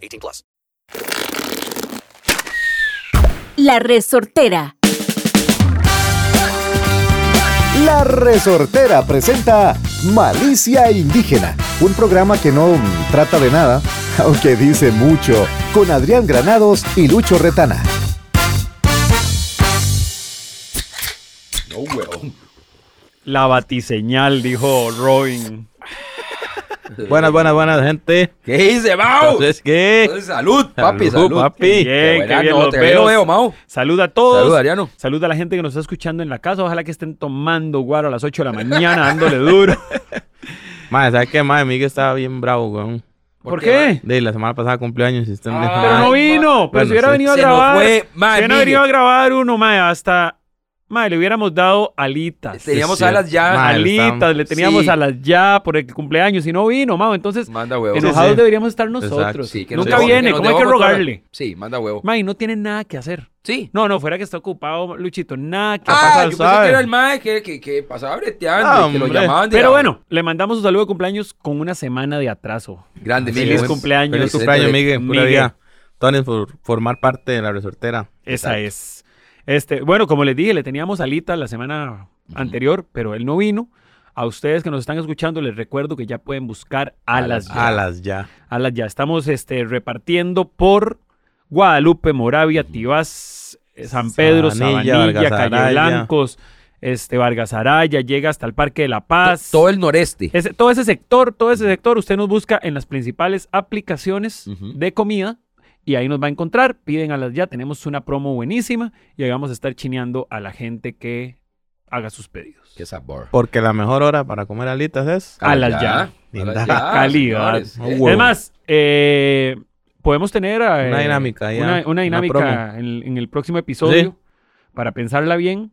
18 plus. La resortera. La Resortera presenta Malicia Indígena, un programa que no mm, trata de nada, aunque dice mucho, con Adrián Granados y Lucho Retana. La batiseñal, dijo Robin. Buenas, buenas, buenas, gente. ¿Qué dice, Mau? Entonces, ¿qué? Entonces, salud, papi, Salud, salud. papi. Qué Bien, qué buena, bien no, los te veo, eh, veo. veo, Mau. Saluda a todos. Saluda, Ariano. Saluda a la gente que nos está escuchando en la casa. Ojalá que estén tomando guaro a las 8 de la mañana, dándole duro. Madre, ¿sabes qué? Madre, Miguel estaba bien bravo, weón. ¿Por qué? De la semana pasada cumpleaños y usted Ah, no dijo Pero nada. no vino. Pero Bueno, si hubiera sí. venido a Se nos grabar. fue, si madre, hubiera Miguel. venido a grabar uno, mae, hasta. Mae, le hubiéramos dado alitas. Teníamos cierto. alas ya. Mal. alitas, estamos- le teníamos Sí. a las ya por el cumpleaños y no vino, mao. Entonces, Manda huevo. enojados Sí, sí. deberíamos estar nosotros. Exacto. Sí, que nos Nunca deba- viene, nos ¿cómo hay deba que botar- rogarle? Sí, manda huevo. Mae, no tiene nada que hacer. Sí. No, no, fuera que está ocupado, Luchito, nada que Ah, pasar. yo pensé que era el mae que, que, que pasaba breteando Ah, y que lo hombre. llamaban de Pero la- bueno, le mandamos un saludo de cumpleaños con una semana de atraso. Grande, Así Miguel. es. cumpleaños. Feliz Feliz cumpleaños, Miguel. Pura Miguel. vida. Tony, por formar parte de la Resortera. Esa es. Este, bueno, como les dije, le teníamos alita la semana anterior, pero él no vino. A ustedes que nos están escuchando, les recuerdo que ya pueden buscar alas ya. Alas ya. Alas ya. Estamos este, repartiendo por Guadalupe, Moravia, Tibás, eh, San Pedro, Sabanilla, Sabanilla, Vargas Calle Araya. Blancos, este, Vargas Araya, llega hasta el Parque de la Paz. Todo el noreste. Ese- todo ese sector, todo ese sector, usted nos busca en las principales aplicaciones Ujú. de comida y ahí nos va a encontrar. Piden a las ya, tenemos una promo buenísima y ahí vamos a estar chineando a la gente que haga sus pedidos. Qué sabor. Porque la mejor hora para comer alitas es... A las ya. Alas Linda. ya, Calidad. señores, No eh. huevo. Además, eh, podemos tener eh, Una dinámica ya, una, una una dinámica promo. en, en el próximo episodio Sí. para pensarla bien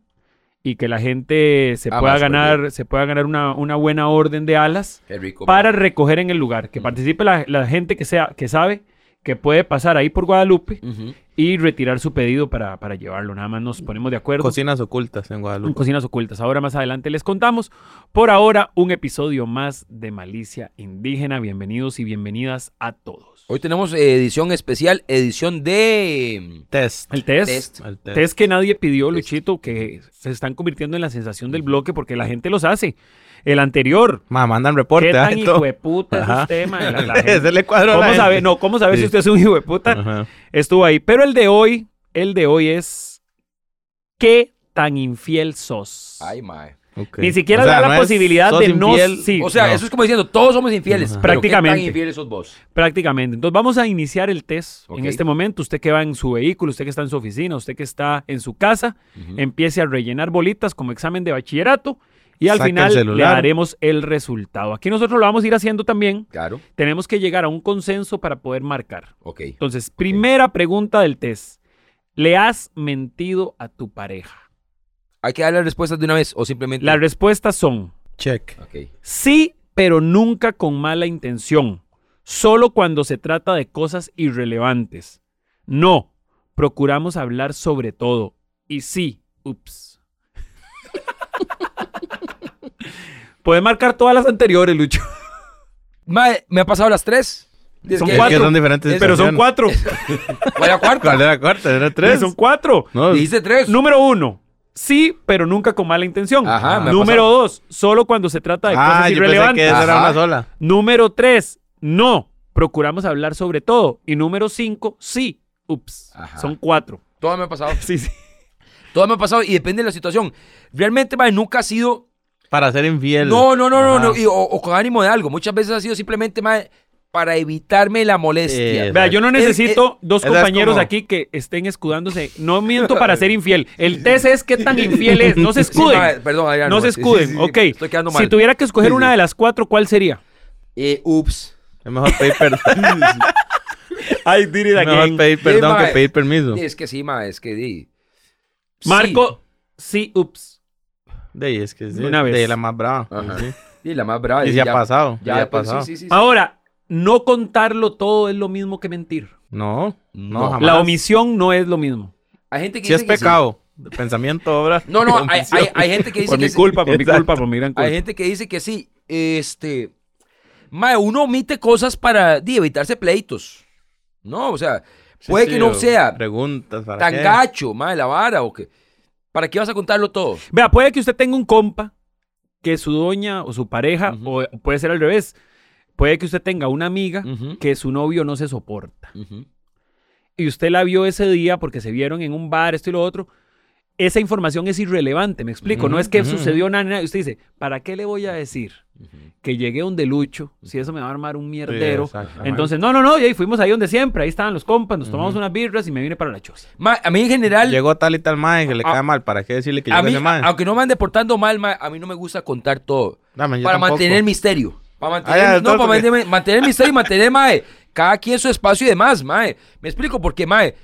y que la gente se Ah, pueda va, súper ganar, se pueda ganar una, una buena orden de alas. Qué rico. para mae. recoger en el lugar, que participe la, la gente que sea que sabe que puede pasar ahí por Guadalupe Ujú. y retirar su pedido para, para llevarlo. Nada más nos ponemos de acuerdo. Cocinas ocultas en en Guadalupe. Cocinas ocultas. Ahora más adelante les contamos. Por ahora, un episodio más de Malicia Indígena. Bienvenidos y bienvenidas a todos. Hoy tenemos eh, edición especial, edición de... Test. El test. Test. El test. Test que nadie pidió, Test. Luchito, que se están convirtiendo en la sensación del bloque porque la gente los hace. El anterior. Ma, mandan ¿Qué reporte. tan ah, todo. hijo de puta es Ajá. usted, man? La- la gente- Ese le cuadró a la ¿Cómo gente. sabe? No, ¿cómo sabe si Sí. usted es un hijo de puta? Ajá. estuvo ahí. Pero el de hoy, el de hoy es ¿qué tan infiel sos? Ay, mae. Ok. Ni siquiera da la no es- posibilidad sos de no- infiel. sí. O sea, No. eso es como diciendo, todos somos infieles. Ajá. pero ¿qué tan Prácticamente. infieles sos vos? Prácticamente. Entonces vamos a iniciar el test Ok. en este momento. Usted que va en su vehículo, usted que está en su oficina, usted que está en su casa, empiece a rellenar bolitas como examen de bachillerato y al Saca el final le celular. daremos el resultado. Aquí nosotros lo vamos a ir haciendo también. Claro, Tenemos que llegar a un consenso para poder marcar. ok. Entonces, primera pregunta del test. ¿Le has mentido a tu pareja? ¿Hay que dar las respuestas de una vez o simplemente...? Las respuestas son Check. Ok. Sí, pero nunca con mala intención. Solo cuando se trata de cosas irrelevantes. No, procuramos hablar sobre todo. Y sí, ups. Puedes marcar todas las anteriores, Lucho. Mae, me ha pasado las tres. Es Son que- cuatro. Es que son diferentes. Pero son situaciones. cuatro. ¿Cuál era cuarta? ¿Cuál era cuarta? ¿Era Pero tres? Son cuatro. No, Dijiste tres. Número uno. Sí, pero nunca con mala intención. Ajá, me ha Número dos, solo cuando se trata de ah, cosas yo pensé que irrelevantes. esa era Ajá. una sola. Número tres, no. Procuramos hablar sobre todo. Y número cinco, sí. Ups. Ajá. Son cuatro. Todo me ha pasado. Sí, sí. Todo me ha pasado y depende de la situación. Realmente, mae, nunca ha sido. Para ser infiel. No, no, no, no, Ajá. no, y- o, o con ánimo de algo. Muchas veces ha sido simplemente mae, para evitarme la molestia. Eh, Vea, yo no Es- necesito dos esa es compañeros como- aquí que estén escudándose. No miento para ser infiel. El test es qué tan infiel es. No se Sí, eh, mae, escuden. perdón, Adrián, No se mae, sí, escuden. sí, sí, ok. Estoy quedando mal. Si tuviera que escoger Sí, una sí. de las cuatro, ¿cuál sería? Eh, ups. Es mejor pedir perdón. Ay, did it Es mejor pedir Sí, perdón que mae. pedir permiso. Es que sí, mae, es que di. Sí. Marco, sí, ups. De ahí es que sí, Una vez. De ahí la más brava. Ajá. Sí. Sí, la más brava. Y di, se ha pasado, Ya, y se ha pues, sí, pasado. sí, sí, sí. Ahora, no contarlo todo es lo mismo que mentir. No, No. no, jamás. La omisión no es lo mismo. Hay gente que Si es dice que sí. pecado, de pensamiento, obra. No, no, hay, omisión. hay- hay gente que dice Por que mi sí. culpa, por mi Exacto. culpa, por mi gran culpa. Hay gente que dice que sí. Este. Mae, uno omite cosas para di, evitarse pleitos. No, o sea, Sí, puede sí, que no o sea Preguntas para tan qué. gacho, mae, la vara o que. ¿Para qué vas a contarlo todo? Vea, puede que usted tenga un compa que su doña o su pareja, o puede ser al revés. Puede que usted tenga una amiga Ujú. que su novio no se soporta. Ujú. Y usted la vio ese día porque se vieron en un bar, esto y lo otro. Esa información es irrelevante, me explico. No es que Ujú, ujú. sucedió nada, ni nada. Y usted dice, ¿para qué le voy a decir que llegué donde Lucho? Si eso me va a armar un Sí, mierdero. exacto. Entonces, no, no, no, y ahí fuimos ahí donde siempre, ahí estaban los compas, nos tomamos unas birras y me vine para la choza. Mae, a mí en general. Llegó tal y tal madre que le A- cae mal. ¿Para qué decirle que Ah, a llegó mí, ese madre? aunque no me ande portando mal, mae, a mí no me gusta contar todo. No, man, yo para tampoco. mantener misterio. Para mantener, Ah, ya, no, todo para porque- mantener, mantener misterio y mantener, mae, cada quien su espacio y demás, mae. Me explico, porque, mae,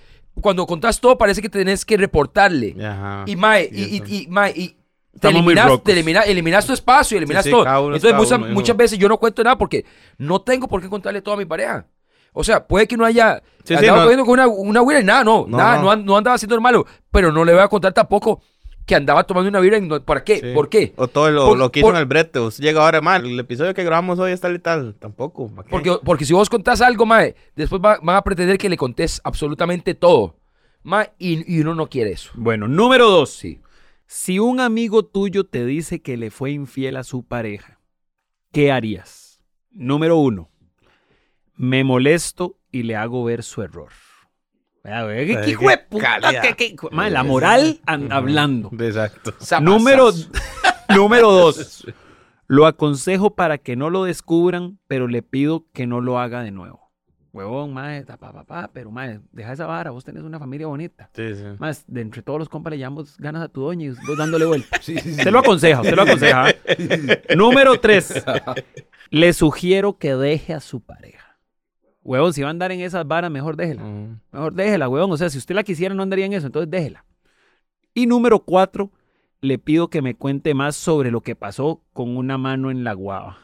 cuando contás todo parece que tenés que reportarle. Ajá. Y, mae, y, Sí, y, eso. y, mae, y te Estamos muy eliminas, rocos. te elimina- eliminas tu espacio, eliminas Sí, sí, todo. cada uno es Entonces, cada muchas, uno, hijo. muchas veces yo no cuento nada porque no tengo por qué contarle todo a mi pareja. O sea, puede que no haya... Sí, sí, andaba no. cogiendo con una, una güira y nada, no, No, nada, no. no, an- no andaba haciendo el malo, pero no le voy a contar tampoco que andaba tomando una vibra. ¿Para qué? Sí. ¿Por qué? O todo lo, Por- lo que hizo por- en el brete. Usted llega ahora mal. El episodio que grabamos hoy es tal y tal. Tampoco. ¿para qué? Porque, porque si vos contás algo, mae, después va- van a pretender que le contés absolutamente todo. Mae, y, y uno no quiere eso. Bueno, número dos. Sí. Si un amigo tuyo te dice que le fue infiel a su pareja, ¿qué harías? Número uno, me molesto y le hago ver su error. Ah, güey, ¿Qué, Ay, hijo de qué puta, calidad. qué- qué hijo- Madre, la moral an- hablando. Exacto. Número, número dos, lo aconsejo para que no lo descubran, pero le pido que no lo haga de nuevo. Huevón, madre, papá, papá, pero madre, deja esa vara, vos tenés una familia bonita. Sí, sí. Más, de entre todos los compas le llamamos ganas a tu doña y vos dándole vuelta. Te lo aconseja, te lo aconseja. Número tres. Le sugiero que deje a su pareja. Huevón, si va a andar en esas varas, mejor déjela. Mm. Mejor déjela, huevón. O sea, si usted la quisiera, no andaría en eso, entonces déjela. Y número cuatro, le pido que me cuente más sobre lo que pasó con una mano en la guava.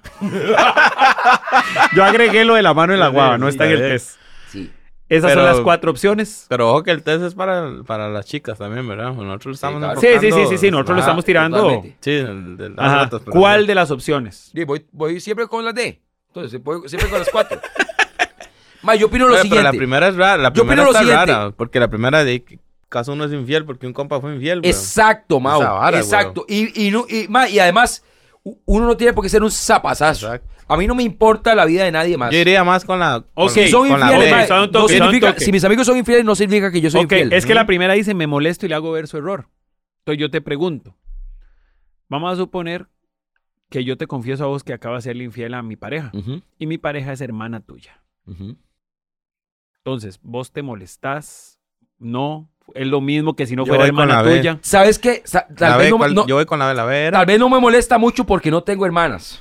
Yo agregué lo de la mano en la guava, no está en el test. Sí. Esas son Pero- las cuatro opciones. Pero ojo que el test es para, para las chicas también, ¿verdad? Nosotros lo estamos claro. Sí, sí, sí, enfocando- sí, sí, nosotros lo Ajá. estamos tirando. totalmente. Sí, el del- Ajá. las otras, pero- ¿Cuál de las opciones? Sí, voy, voy siempre con las D. Entonces, voy siempre con las cuatro. mae, yo opino lo Oye, pero siguiente. la primera es rara, la Yo primera opino lo está siguiente. rara, porque la primera de que caso uno es infiel porque un compa fue infiel, güey. Exacto, Mao. Esa vara, exacto. Y, y, no- y, mae, y además, u- uno no tiene por qué ser un zapazazo. Exacto. A mí no me importa la vida de nadie más. Yo iría más con la con- Ok. Si son con la B. infieles, mae, Son un no toque, son un significa- toque. si mis amigos son infieles, no significa que yo soy Ok, infiel. es que la primera dice, me molesto y le hago ver su error. Entonces yo te pregunto, vamos a suponer que yo te confieso a vos que acaba de serle infiel a mi pareja Ujú, y mi pareja es hermana tuya. ujú. Entonces, vos te molestás, no, es lo mismo que si no Yo fuera voy con hermana la B. tuya. ¿Sabes qué? Sa- La tal, B, vez no, me- ¿cuál? no- Yo voy con la B, la B era. tal vez no me molesta mucho porque no tengo hermanas.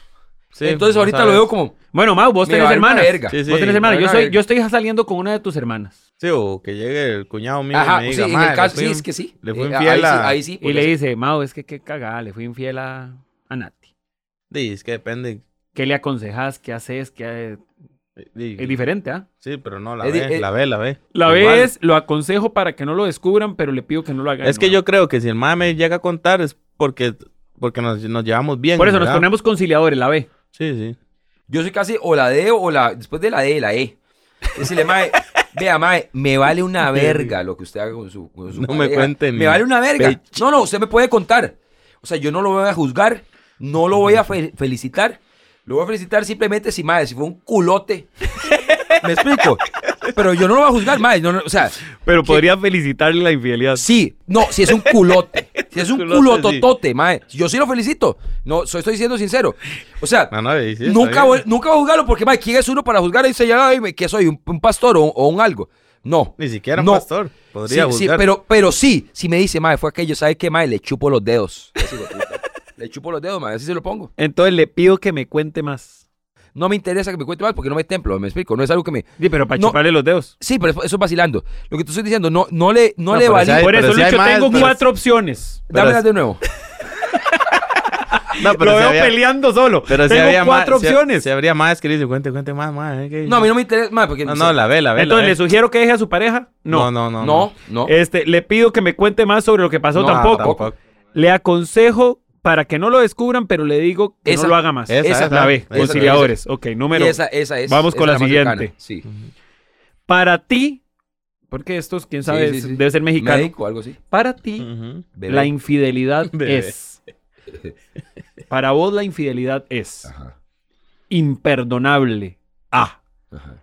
Sí, Entonces no ahorita sabes. lo veo como... Bueno, Mau, vos me tenés vale una hermanas. verga. Sí, sí. Vos tenés hermanas. Yo, Vale una soy, verga. yo estoy saliendo con una de tus hermanas. Sí, o que llegue el cuñado mío Ajá, y me sí, diga, en "Mae, el le caso, fui sí, un- es que sí. Le fue Eh, infiel a... Ahí sí, ahí sí. Y por le eso. dice, Mau, es que qué cagada, le fui infiel a, a Nati. Sí, es que depende. ¿Qué le aconsejas? ¿Qué haces? ¿Qué, Di- Es diferente, ¿ah? Sí, pero no, la Es di- ve, eh, es- la ve, la ve. La Igual. vez lo aconsejo para que no lo descubran, pero le pido que no lo hagan. Es que yo creo que si el mae me llega a contar es porque, porque nos, nos llevamos bien. Por eso nos ¿verdad? ponemos conciliadores, la B. Sí, sí. Yo soy casi o la D o la. Después de la D, la E. Decirle, mae, vea, mae, me vale una verga lo que usted haga con su. con su No me pareja. cuente ni Me vale una verga. pech. No, no, usted me puede contar. O sea, yo no lo voy a juzgar, no lo voy a fe- felicitar. Lo voy a felicitar simplemente si, mae, si fue un culote. ¿Me explico? Pero yo no lo voy a juzgar, mae. no, no, o sea, Pero podría felicitarle la infidelidad. Sí, no, si es un culote. Si es un Culote, culototote, mae. Yo sí lo felicito. No, so- estoy siendo sincero. O sea, No, no, y sí, está nunca, bien. voy, nunca voy a juzgarlo porque, mae, ¿quién es uno para juzgar y señalar ay, me- que soy un, un pastor o, o un algo? No. Ni siquiera un No. pastor. Podría sí, sí, juzgar. pero, pero sí, si me dice, mae, fue aquello, ¿sabe qué, mae? Le chupo los dedos. Así, hijo de puta. Le chupo los dedos, mae, así se lo pongo. Entonces le pido que me cuente más. No me interesa que me cuente más porque no me templo, me explico. No es algo que me. Sí, pero para No. chuparle los dedos. Sí, pero eso es vacilando. Lo que te estoy diciendo, no, no le, no No, le pero si valí. hay- Por eso, pero si hay Lucho, más, tengo pero- cuatro opciones. pero Dámelas es- de nuevo. No, pero lo si veo había- peleando solo. Pero si tengo había más- cuatro si- opciones. Si habría más que le dice, cuente, cuente más, más. No, a mí no me interesa, mae, porque. No, no, la ve, la ve. la Entonces ve. le sugiero que deje a su pareja. No. No, no, no. No, no. Este, le pido que me cuente más sobre lo que pasó No, tampoco. tampoco. Le aconsejo para que no lo descubran, pero le digo que Esa- no lo haga más. esa, esa, la B, esa, conciliadores. Ok, número. Y esa, esa es. Vamos esa con es la más siguiente. cercana, Sí. Para ti, porque estos, quién sabe, Sí, sí, es- sí. debe ser mexicano. Médico, algo así. Para ti, Ujú. Bebé. la infidelidad Bebé. es. Para vos, la infidelidad es Ajá, imperdonable. A. ajá.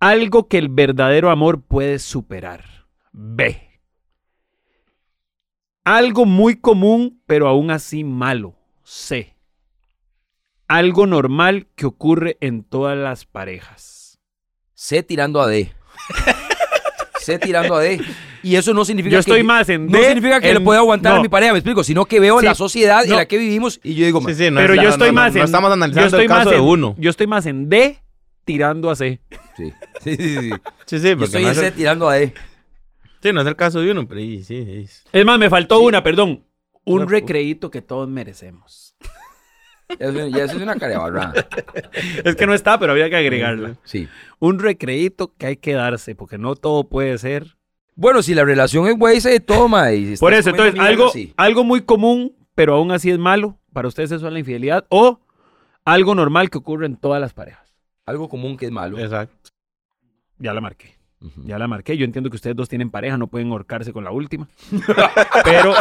Algo que el verdadero amor puede superar. B. Algo muy común, pero aún así malo. C. Algo normal que ocurre en todas las parejas. C tirando a D. C tirando a D. Y eso no significa Yo que- estoy más en No D, significa que en- le pueda aguantar a no. mi pareja, me explico, sino que veo Sí. la sociedad en No. la que vivimos y yo digo, Sí, sí, no pero es- yo no, estoy no, más no, en. No estamos yo analizando estoy el más caso de en- uno. Yo estoy más en D tirando a C. sí. Sí, sí, sí. Sí, sí, Yo porque soy no en es C el- tirando a D. sí, no es el caso de uno, pero sí, sí. sí. Es más, me faltó una, perdón. Un Una pu- recreíto que todos merecemos. Ya eso, ya eso es una carebarrada. Es que no está, pero había que agregarla. Sí. Un recreíto que hay que darse, porque no todo puede ser Bueno, si la relación es güey, se toma. Y estás Por eso, comiendo entonces, mierda, algo, sí. algo muy común, pero aún así es malo. Para ustedes eso es la infidelidad. O algo normal que ocurre en todas las parejas. Algo común que es malo. Exacto. Ya la marqué. Ujú. Ya la marqué. Yo entiendo que ustedes dos tienen pareja, no pueden ahorcarse con la última. Pero.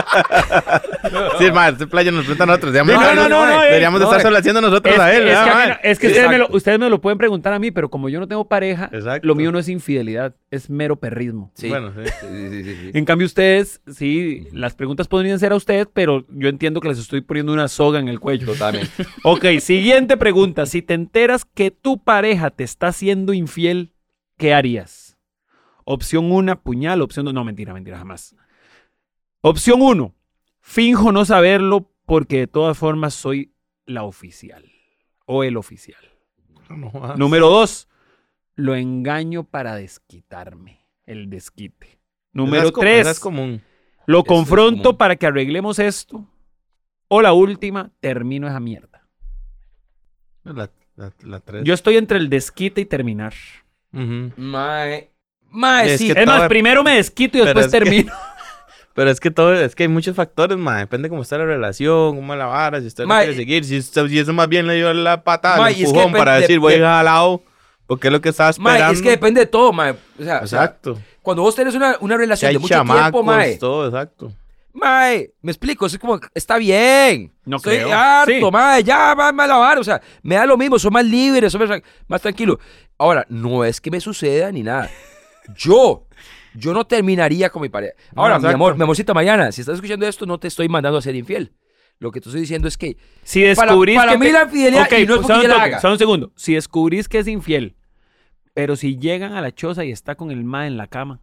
Sí, más, este playa nos presenta a nosotros. digamos, No, "Mae, no, no, no, eh, Deberíamos de no, estar eh. solo haciendo nosotros Es, a él, ah, es que, a mí ¿verdad, no- mae? es que ustedes, me lo, Exacto. ustedes me lo pueden preguntar a mí, pero como yo no tengo pareja, Exacto. lo mío no es infidelidad, es mero perrismo. Sí. Bueno, sí. Sí, sí, sí, sí, sí. En cambio, ustedes, sí, las preguntas podrían ser a ustedes, pero yo entiendo que les estoy poniendo una soga en el cuello. Totalmente. Ok, siguiente pregunta. Si te enteras que tu pareja te está siendo infiel, ¿qué harías? Opción 1, puñal. Opción 2, no, mentira, mentira, jamás. Opción 1, finjo no saberlo porque de todas formas soy la oficial o el oficial. No ah. Ah. jodas. Número 2, lo engaño para desquitarme, el desquite. Esa Número es co- esa es 3, común. lo Eso es confronto común. para que arreglemos esto. O la última, termino esa mierda. La, la, la tres. Yo estoy entre el desquite y terminar. Ujú. Mae. Mae, Es sí. que Es más, todo- primero me desquito y Pero después es que- termino. Pero es que todo, es que hay muchos factores, ma. Depende cómo está la relación, cómo es la vara, si usted Ma, no quiere seguir, si, usted- si eso más bien le dio la patada, Ma, el y es que empujón para depende- decir voy a ir de- jalado, porque es lo que estaba Mae, esperando. es que depende de todo, mae. O sea, o sea, Exacto. cuando vos tenés una, una Si relación hay de mucho chamacos, tiempo, mae. todo, exacto. Mae, me explico, es como, está bien. No Estoy creo. harto, Sí. mae, ya, mae, me lavar. O sea, me da lo mismo, soy más libre, soy más, más tranquilo. Ahora, no es que me suceda ni nada. Yo, yo no terminaría con mi pareja. Ahora, mi exacto. amor, mi amorcita, mañana, si estás escuchando esto, no te estoy mandando a ser infiel. Lo que te estoy diciendo es que Si Para- descubrís para que mí la infidelidad, Ok, y no es porque solo un yo la toque, haga. solo un segundo. Si descubrís que es infiel, pero si llegan a la choza y está con el ma en la cama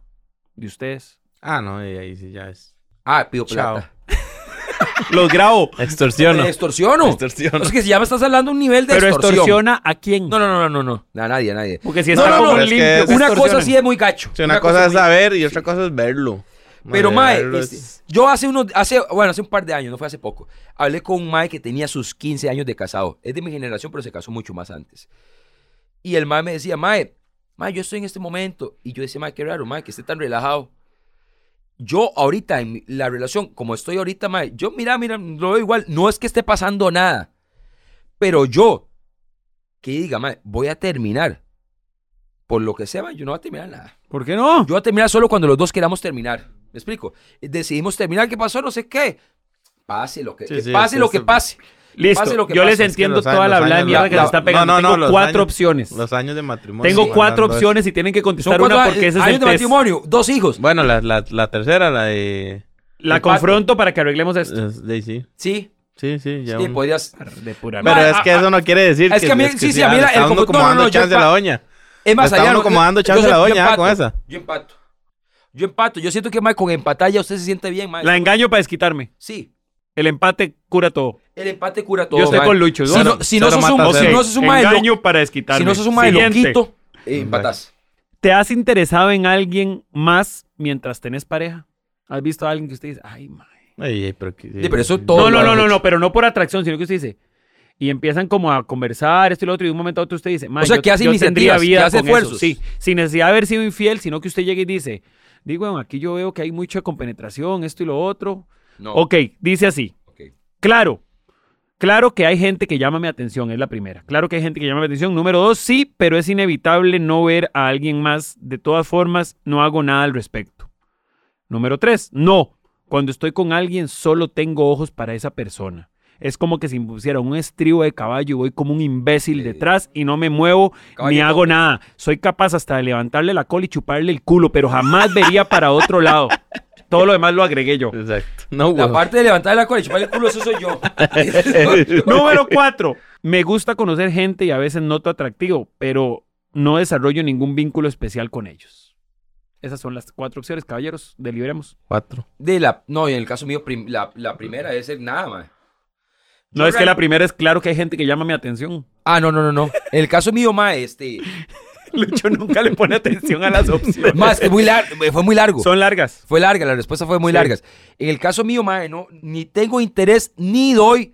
de ustedes, Ah, no, y ahí sí ya es. Ah, pido Chao. plata. Los grabo. Extorsiono. Te extorsiono. Extorsiono. Es que si ya me estás hablando de un nivel de pero extorsión. extorsiona a quién? No, no, no, no, no, no. A nadie, a nadie. Porque si No, está no, con no, un pero es que limpio, es- ¿cómo Una cosa extorsionan? sí es muy gacho. Sí, una, cosa, es muy- saber y otra cosa es verlo. Eh, Pero, mae, verlo este, es- yo hace unos, hace, bueno, hace un par de años, no fue hace poco, hablé con un mae que tenía sus 15 años de casado. Es de mi generación, pero se casó mucho más antes. Y el mae me decía, mae, mae, yo estoy en este momento. Y yo decía, mae, qué raro, mae, que esté tan relajado. Yo ahorita, en mi- la relación, como estoy ahorita, mae, yo, mira, mira, lo veo igual. No es que esté pasando nada. Pero yo, que diga, mae, voy a terminar. Por lo que sea, mae, yo no voy a terminar nada. ¿Por qué no? Yo voy a terminar solo cuando los dos queramos terminar. ¿Me explico? Eh, Decidimos terminar, ¿qué pasó? No sé qué. Pase lo que, Sí, que sí, pase sí, lo sí. que pase. Listo. Pase lo que Yo pase. les Es que entiendo los años- toda la los habla de años- mierda que la- se está la- pegando. no, no, Tengo los cuatro años- opciones. Los años de matrimonio. Tengo sí, cuatro hablando de- opciones y tienen que Son contestar cuatro una a- porque ese es años el de test. matrimonio, dos hijos. Bueno, la, la, la tercera, la de. La El pacto. confronto para que arreglemos esto. es de sí. Sí, Sí, sí, ya. sí, pues, un- podrías. De pura Pero Ma, es que ah, eso no quiere decir es que a mí- sí, sí, a mí le la- está el uno compu- como no, no, dando no, yo chance a la pa- doña. Es más, Está uno no- como dando yo- chance yo a la soy- yo doña, ah, empato, con esa. Yo empato. Yo empato. Yo siento que, más con empatalla usted se siente bien, mae. La engaño para desquitarme. Sí. El empate cura todo. El empate cura todo, Yo estoy mae. con Lucho. Si Eduardo. no, si no Cero sos un, mata si cero. no sos un mae lo- engaño para desquitarme. si no sos un mae Siguiente. loquito, eh, empatás. ¿Te has interesado en alguien más mientras tenés pareja? ¿Has visto a alguien que usted dice, ay, mae? Ay, ay, pero, que- Sí, pero eso sí. todo- No, no, lo no, han no, hecho. no, pero no por atracción, sino que usted dice. Y empiezan como a conversar esto y lo otro, y de un momento a otro usted dice, mae, O sea, yo- que hace yo tendría iniciativas, vida que hace con eso". esfuerzos. Sí, sin necesidad de haber sido infiel, sino que usted llega y dice, digo, bueno, aquí yo veo que hay mucha compenetración, esto y lo otro. No. Ok, dice así. Ok. Claro, claro que hay gente que llama mi atención, es la primera. Claro que hay gente que llama mi atención. Número dos, sí, pero es inevitable no ver a alguien más. De todas formas, no hago nada al respecto. Número tres, no. Cuando estoy con alguien, solo tengo ojos para esa persona. Es como que si me pusiera un estribo de caballo y voy como un imbécil Sí. detrás y no me muevo ni Caballito. hago nada. Soy capaz hasta de levantarle la cola y chuparle el culo, pero jamás vería para otro lado. Todo lo demás lo agregué yo. Exacto. No, La huevo. parte de levantar la cola y chupar el culo, eso soy yo. Número cuatro. Me gusta conocer gente y a veces noto atractivo, pero no desarrollo ningún vínculo especial con ellos. Esas son las cuatro opciones, caballeros. Deliberemos. Cuatro. De la, no, y en el caso mío, prim- la, la primera es el nada, mae. No Yo es que la real- primera es claro que hay gente que llama mi atención. Ah, no, no, no, no. En el caso mío, mae, este. Lucho nunca le pone atención a las opciones. Mae, es que muy lar- fue muy largo. Son largas. Fue larga, la respuesta fue muy Sí. larga. En el caso mío, mae, no, ni tengo interés, ni doy.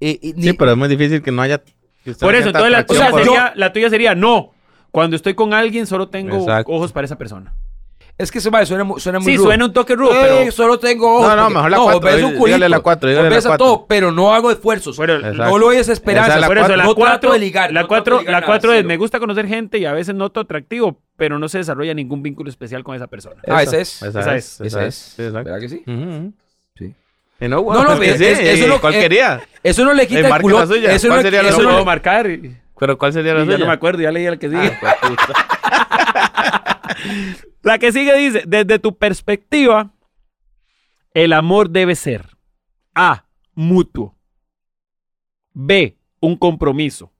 eh, eh, ni- Sí, pero es muy difícil que no haya. que usted Por no eso, sienta entonces la atracción tuya, por- sería, la tuya sería no. Cuando estoy con alguien, solo tengo Exacto. ojos para esa persona. Es que se mae suena, mu- suena muy Sí, rudo. suena un toque rudo, Eh, pero... solo tengo ojos. No, no, porque- mejor la cuatro, vos ves un dí- culito, dígale la cuatro, vos dígale la ves a cuatro. todo, pero no hago esfuerzos. Bueno, Exacto. no lo es esperanza. Esa es la Por eso, la cuatro. cuatro, la cuatro, la cuatro es, me gusta. gusta conocer gente y a veces noto atractivo, pero no se desarrolla ningún vínculo especial con esa persona. Ah, esa es. Esa Esa es, es. Esa es. Sí, exacto. ¿Verdad que sí? Ujú, ujú. Sí. Y no, No, huevo, no, pues que es- es- sí, eso es lo ¿Cuál que- quita? Eso no le quita el marque culo. Eh, la suya. Eso ¿Cuál no, sería la Yo eso no suya? no- puedo marcar y, ¿Pero cuál sería la y ya no me suya? acuerdo, ya leí el que sigue. Ah, pues, puta. La que sigue dice, desde tu perspectiva, el amor debe ser A, mutuo. B, un compromiso.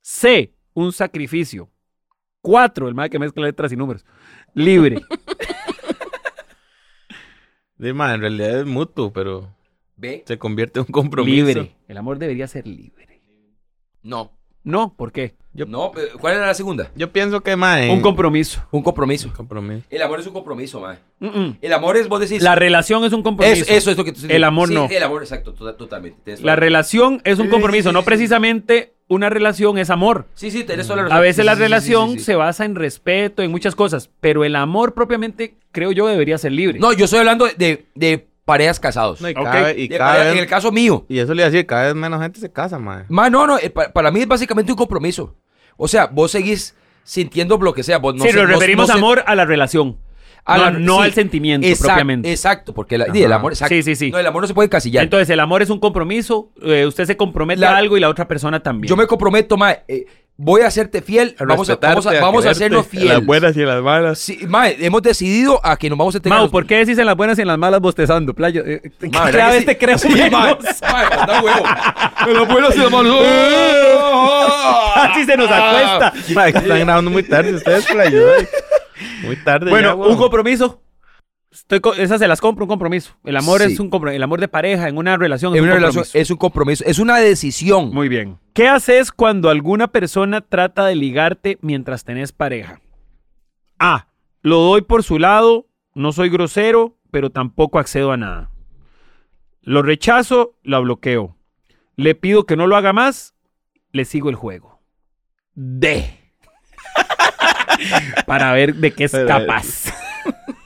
C, un sacrificio. Cuatro, el más que mezcla letras y números. Libre. Sí, ma, en realidad es mutuo, pero Ve, se convierte en un compromiso. libre. El amor debería ser libre. No. No, ¿por qué? Yo- No, eh, ¿cuál era la segunda? Yo pienso que, ma, en- Un compromiso. Un compromiso. compromiso. El amor es un compromiso, mae. Mm-mm. El amor es, vos decís. La relación es un compromiso. es, eso es lo que tú El amor Sí, no. El amor, exacto, to- totalmente. Tienes toda La relación es un Sí, compromiso, sí, no sí, precisamente una relación es amor. Sí, sí, tenés toda la razón. A veces Sí, la sí, sí, relación sí, sí, sí. se basa en respeto, en muchas cosas, pero el amor propiamente, creo yo, debería ser libre. No, yo estoy hablando de, de parejas casados. No, y Ok. cada vez- y De cada pareja- vez- En el caso mío. Y eso le iba a decir, cada vez menos gente se casa, ma. Mae, no, no, eh, pa- para mí es básicamente un compromiso. O sea, vos seguís sintiendo lo que sea. Vos no sí, sé- nos no- no referimos sé- amor a la relación, a la- no, no sí, al sentimiento exact- propiamente. Exacto, porque la- y el Ajá. amor, exacto. Sí, sí, sí. No, el amor no se puede encasillar. Entonces, el amor es un compromiso, eh, usted se compromete La- a algo y la otra persona también. Yo me comprometo, mae, eh, voy a hacerte fiel, A vamos a, respetarte, vamos a, vamos a quererte, hacernos a Las fieles. buenas y a las malas. Sí, mae, hemos decidido a que nos vamos a tener. Mau, ¿por qué decís en las buenas y en las malas bostezando, playo? Eh, eh, Mae, ¿verdad cada que vez sí? te creo Sí, mae. menos. Mae, manda huevo. En las buenas y las malas. Así se nos Ah. acuesta. Ma, que están grabando muy tarde ustedes, playo. ay. Muy tarde. ya, Bueno, huevo. un compromiso. Estoy co- esas se las compro, un compromiso. El amor Sí. es un compromiso. El amor de pareja en una relación es En un una relación compromiso. es un compromiso, es una decisión. Muy bien. ¿Qué haces cuando alguna persona trata de ligarte mientras tenés pareja? A. Lo doy por su lado, no soy grosero, pero tampoco accedo a nada. Lo rechazo, la bloqueo. Le pido que no lo haga más, le sigo el juego. D. Para ver de qué es Pero- eh, capaz.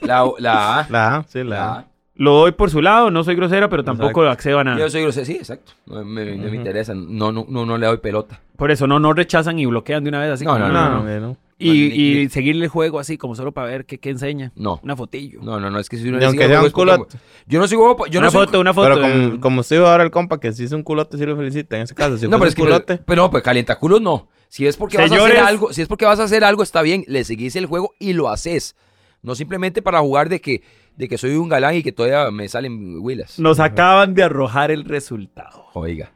La, la A. La A, sí, la La A. Lo doy por su lado, no soy grosera, pero tampoco accedo a A. nada. Yo soy grosero, sí, exacto. No me, no me interesa, no, no, no, no le doy pelota. Por eso no, no rechazan y bloquean de una vez así. No, como- No, no, no. Y, No, y ni- ni- seguirle el juego así, como solo para ver qué, qué enseña. No. Una fotillo. No, no, no, es que si uno Ni le aunque sigue el sea un juego es porque- Yo no soy guapo, yo una no soy... foto, una foto. Pero como, como usted ahora el compa que si hizo un culote, sí lo felicita en ese caso. Si No, pero es que... un culote. Pero no, pues calientaculos no. Si es porque vas a Señores. hacer algo, si es porque vas a hacer algo, está bien, le seguís el juego y lo haces. No simplemente para jugar de que, de que soy un galán y que todavía me salen huilas. Nos acaban de arrojar el resultado. Oiga.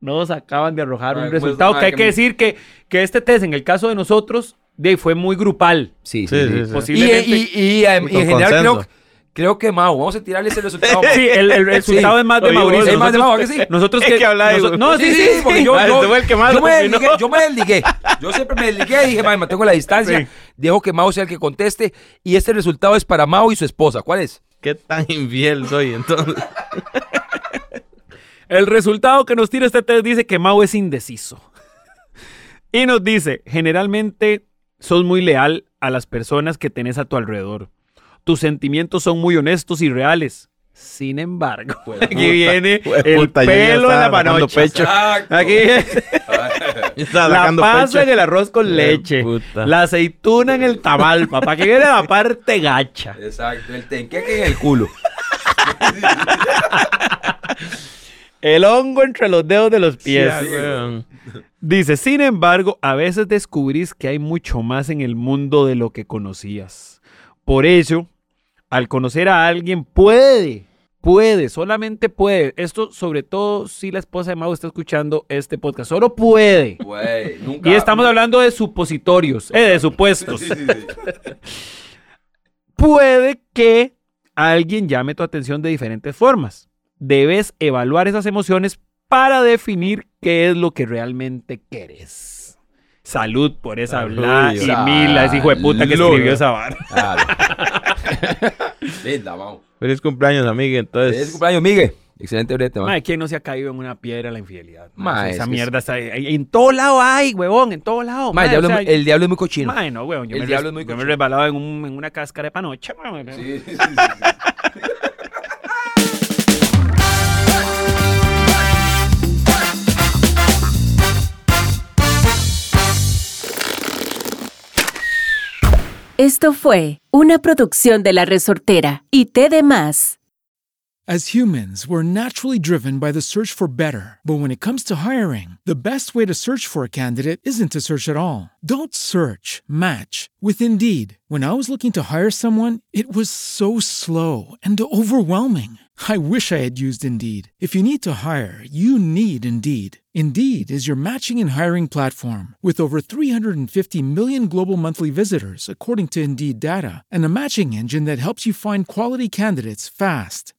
Nos acaban de arrojar Ay, un pues, resultado ay, que hay que que me- decir que, que este test, en el caso de nosotros, de, ahí, fue muy grupal. Sí, Sí, sí, sí. Y, Posiblemente. y- y, em, Con y en general creo, consenso. creo que Mau, vamos a tirarle ese resultado. Mau. Sí, el, el resultado es más de Oye, vos, Mauricio. es más de Nosotros- Mau, ¿a que sí? Nosotros Es que, que habla de- noso- No, sí, sí, porque yo, Ah, yo- este fue el que más yo lo me combinó. desligué, yo me desligué. Yo siempre me desligué y dije, madre, mantengo la distancia. Dejo que Mao sea el que conteste. Y este resultado es para Mao y su esposa. ¿Cuál es? ¿Qué tan infiel soy entonces? El resultado que nos tira este test dice que Mau es indeciso. Y nos dice, generalmente sos muy leal a las personas que tenés a tu alrededor. Tus sentimientos son muy honestos y reales. Sin embargo, aquí viene el Puta, yo ya pelo en estaba la sacando panocha. pecho. Aquí viene Estaba la sacando pasa pecho. en el arroz con Eh, leche. puta. La aceituna en el tamal, papá. Que viene la parte gacha. Exacto, el tenqueque en el culo. El hongo entre los dedos de los pies. Sí, weón. Dice, sin embargo, a veces descubrís que hay mucho más en el mundo de lo que conocías. Por ello, al conocer a alguien, puede, puede, solamente puede. Esto, sobre todo, si la esposa de Mau está escuchando este podcast, solo puede. Güey, nunca. Y estamos hablando de supositorios, eh, de supuestos. Puede que alguien llame tu atención de diferentes formas. Debes evaluar esas emociones para definir qué es lo que realmente querés. Salud por esa Salud. bla y mila, ese hijo de puta que Salud. escribió esa vara. Claro. Linda, Mao. Feliz cumpleaños, amiga. Entonces. Feliz cumpleaños, Miguel. Excelente brete, Mao. Mae, ¿quién no se ha caído en una piedra la infidelidad? Mae, Mae, esa es que mierda está ahí- ahí- En todo lado hay, huevón, en todo lado. Mae, el mae, o diablo es sea, muy- el diablo es muy cochino. Mae, no, huevón. Yo El me, res- diablo es muy yo me cochino. resbalaba en, un- en una cáscara de panocha, mae. Sí, sí, sí, Esto fue una producción de La Resortera y T de Más. As humans, we're naturally driven by the search for better. But when it comes to hiring, the best way to search for a candidate isn't to search at all. Don't search, match with Indeed. When I was looking to hire someone, it was so slow and overwhelming. I wish I had used Indeed. If you need to hire, you need Indeed. Indeed is your matching and hiring platform with over 350 million global monthly visitors, according to Indeed data, and a matching engine that helps you find quality candidates fast.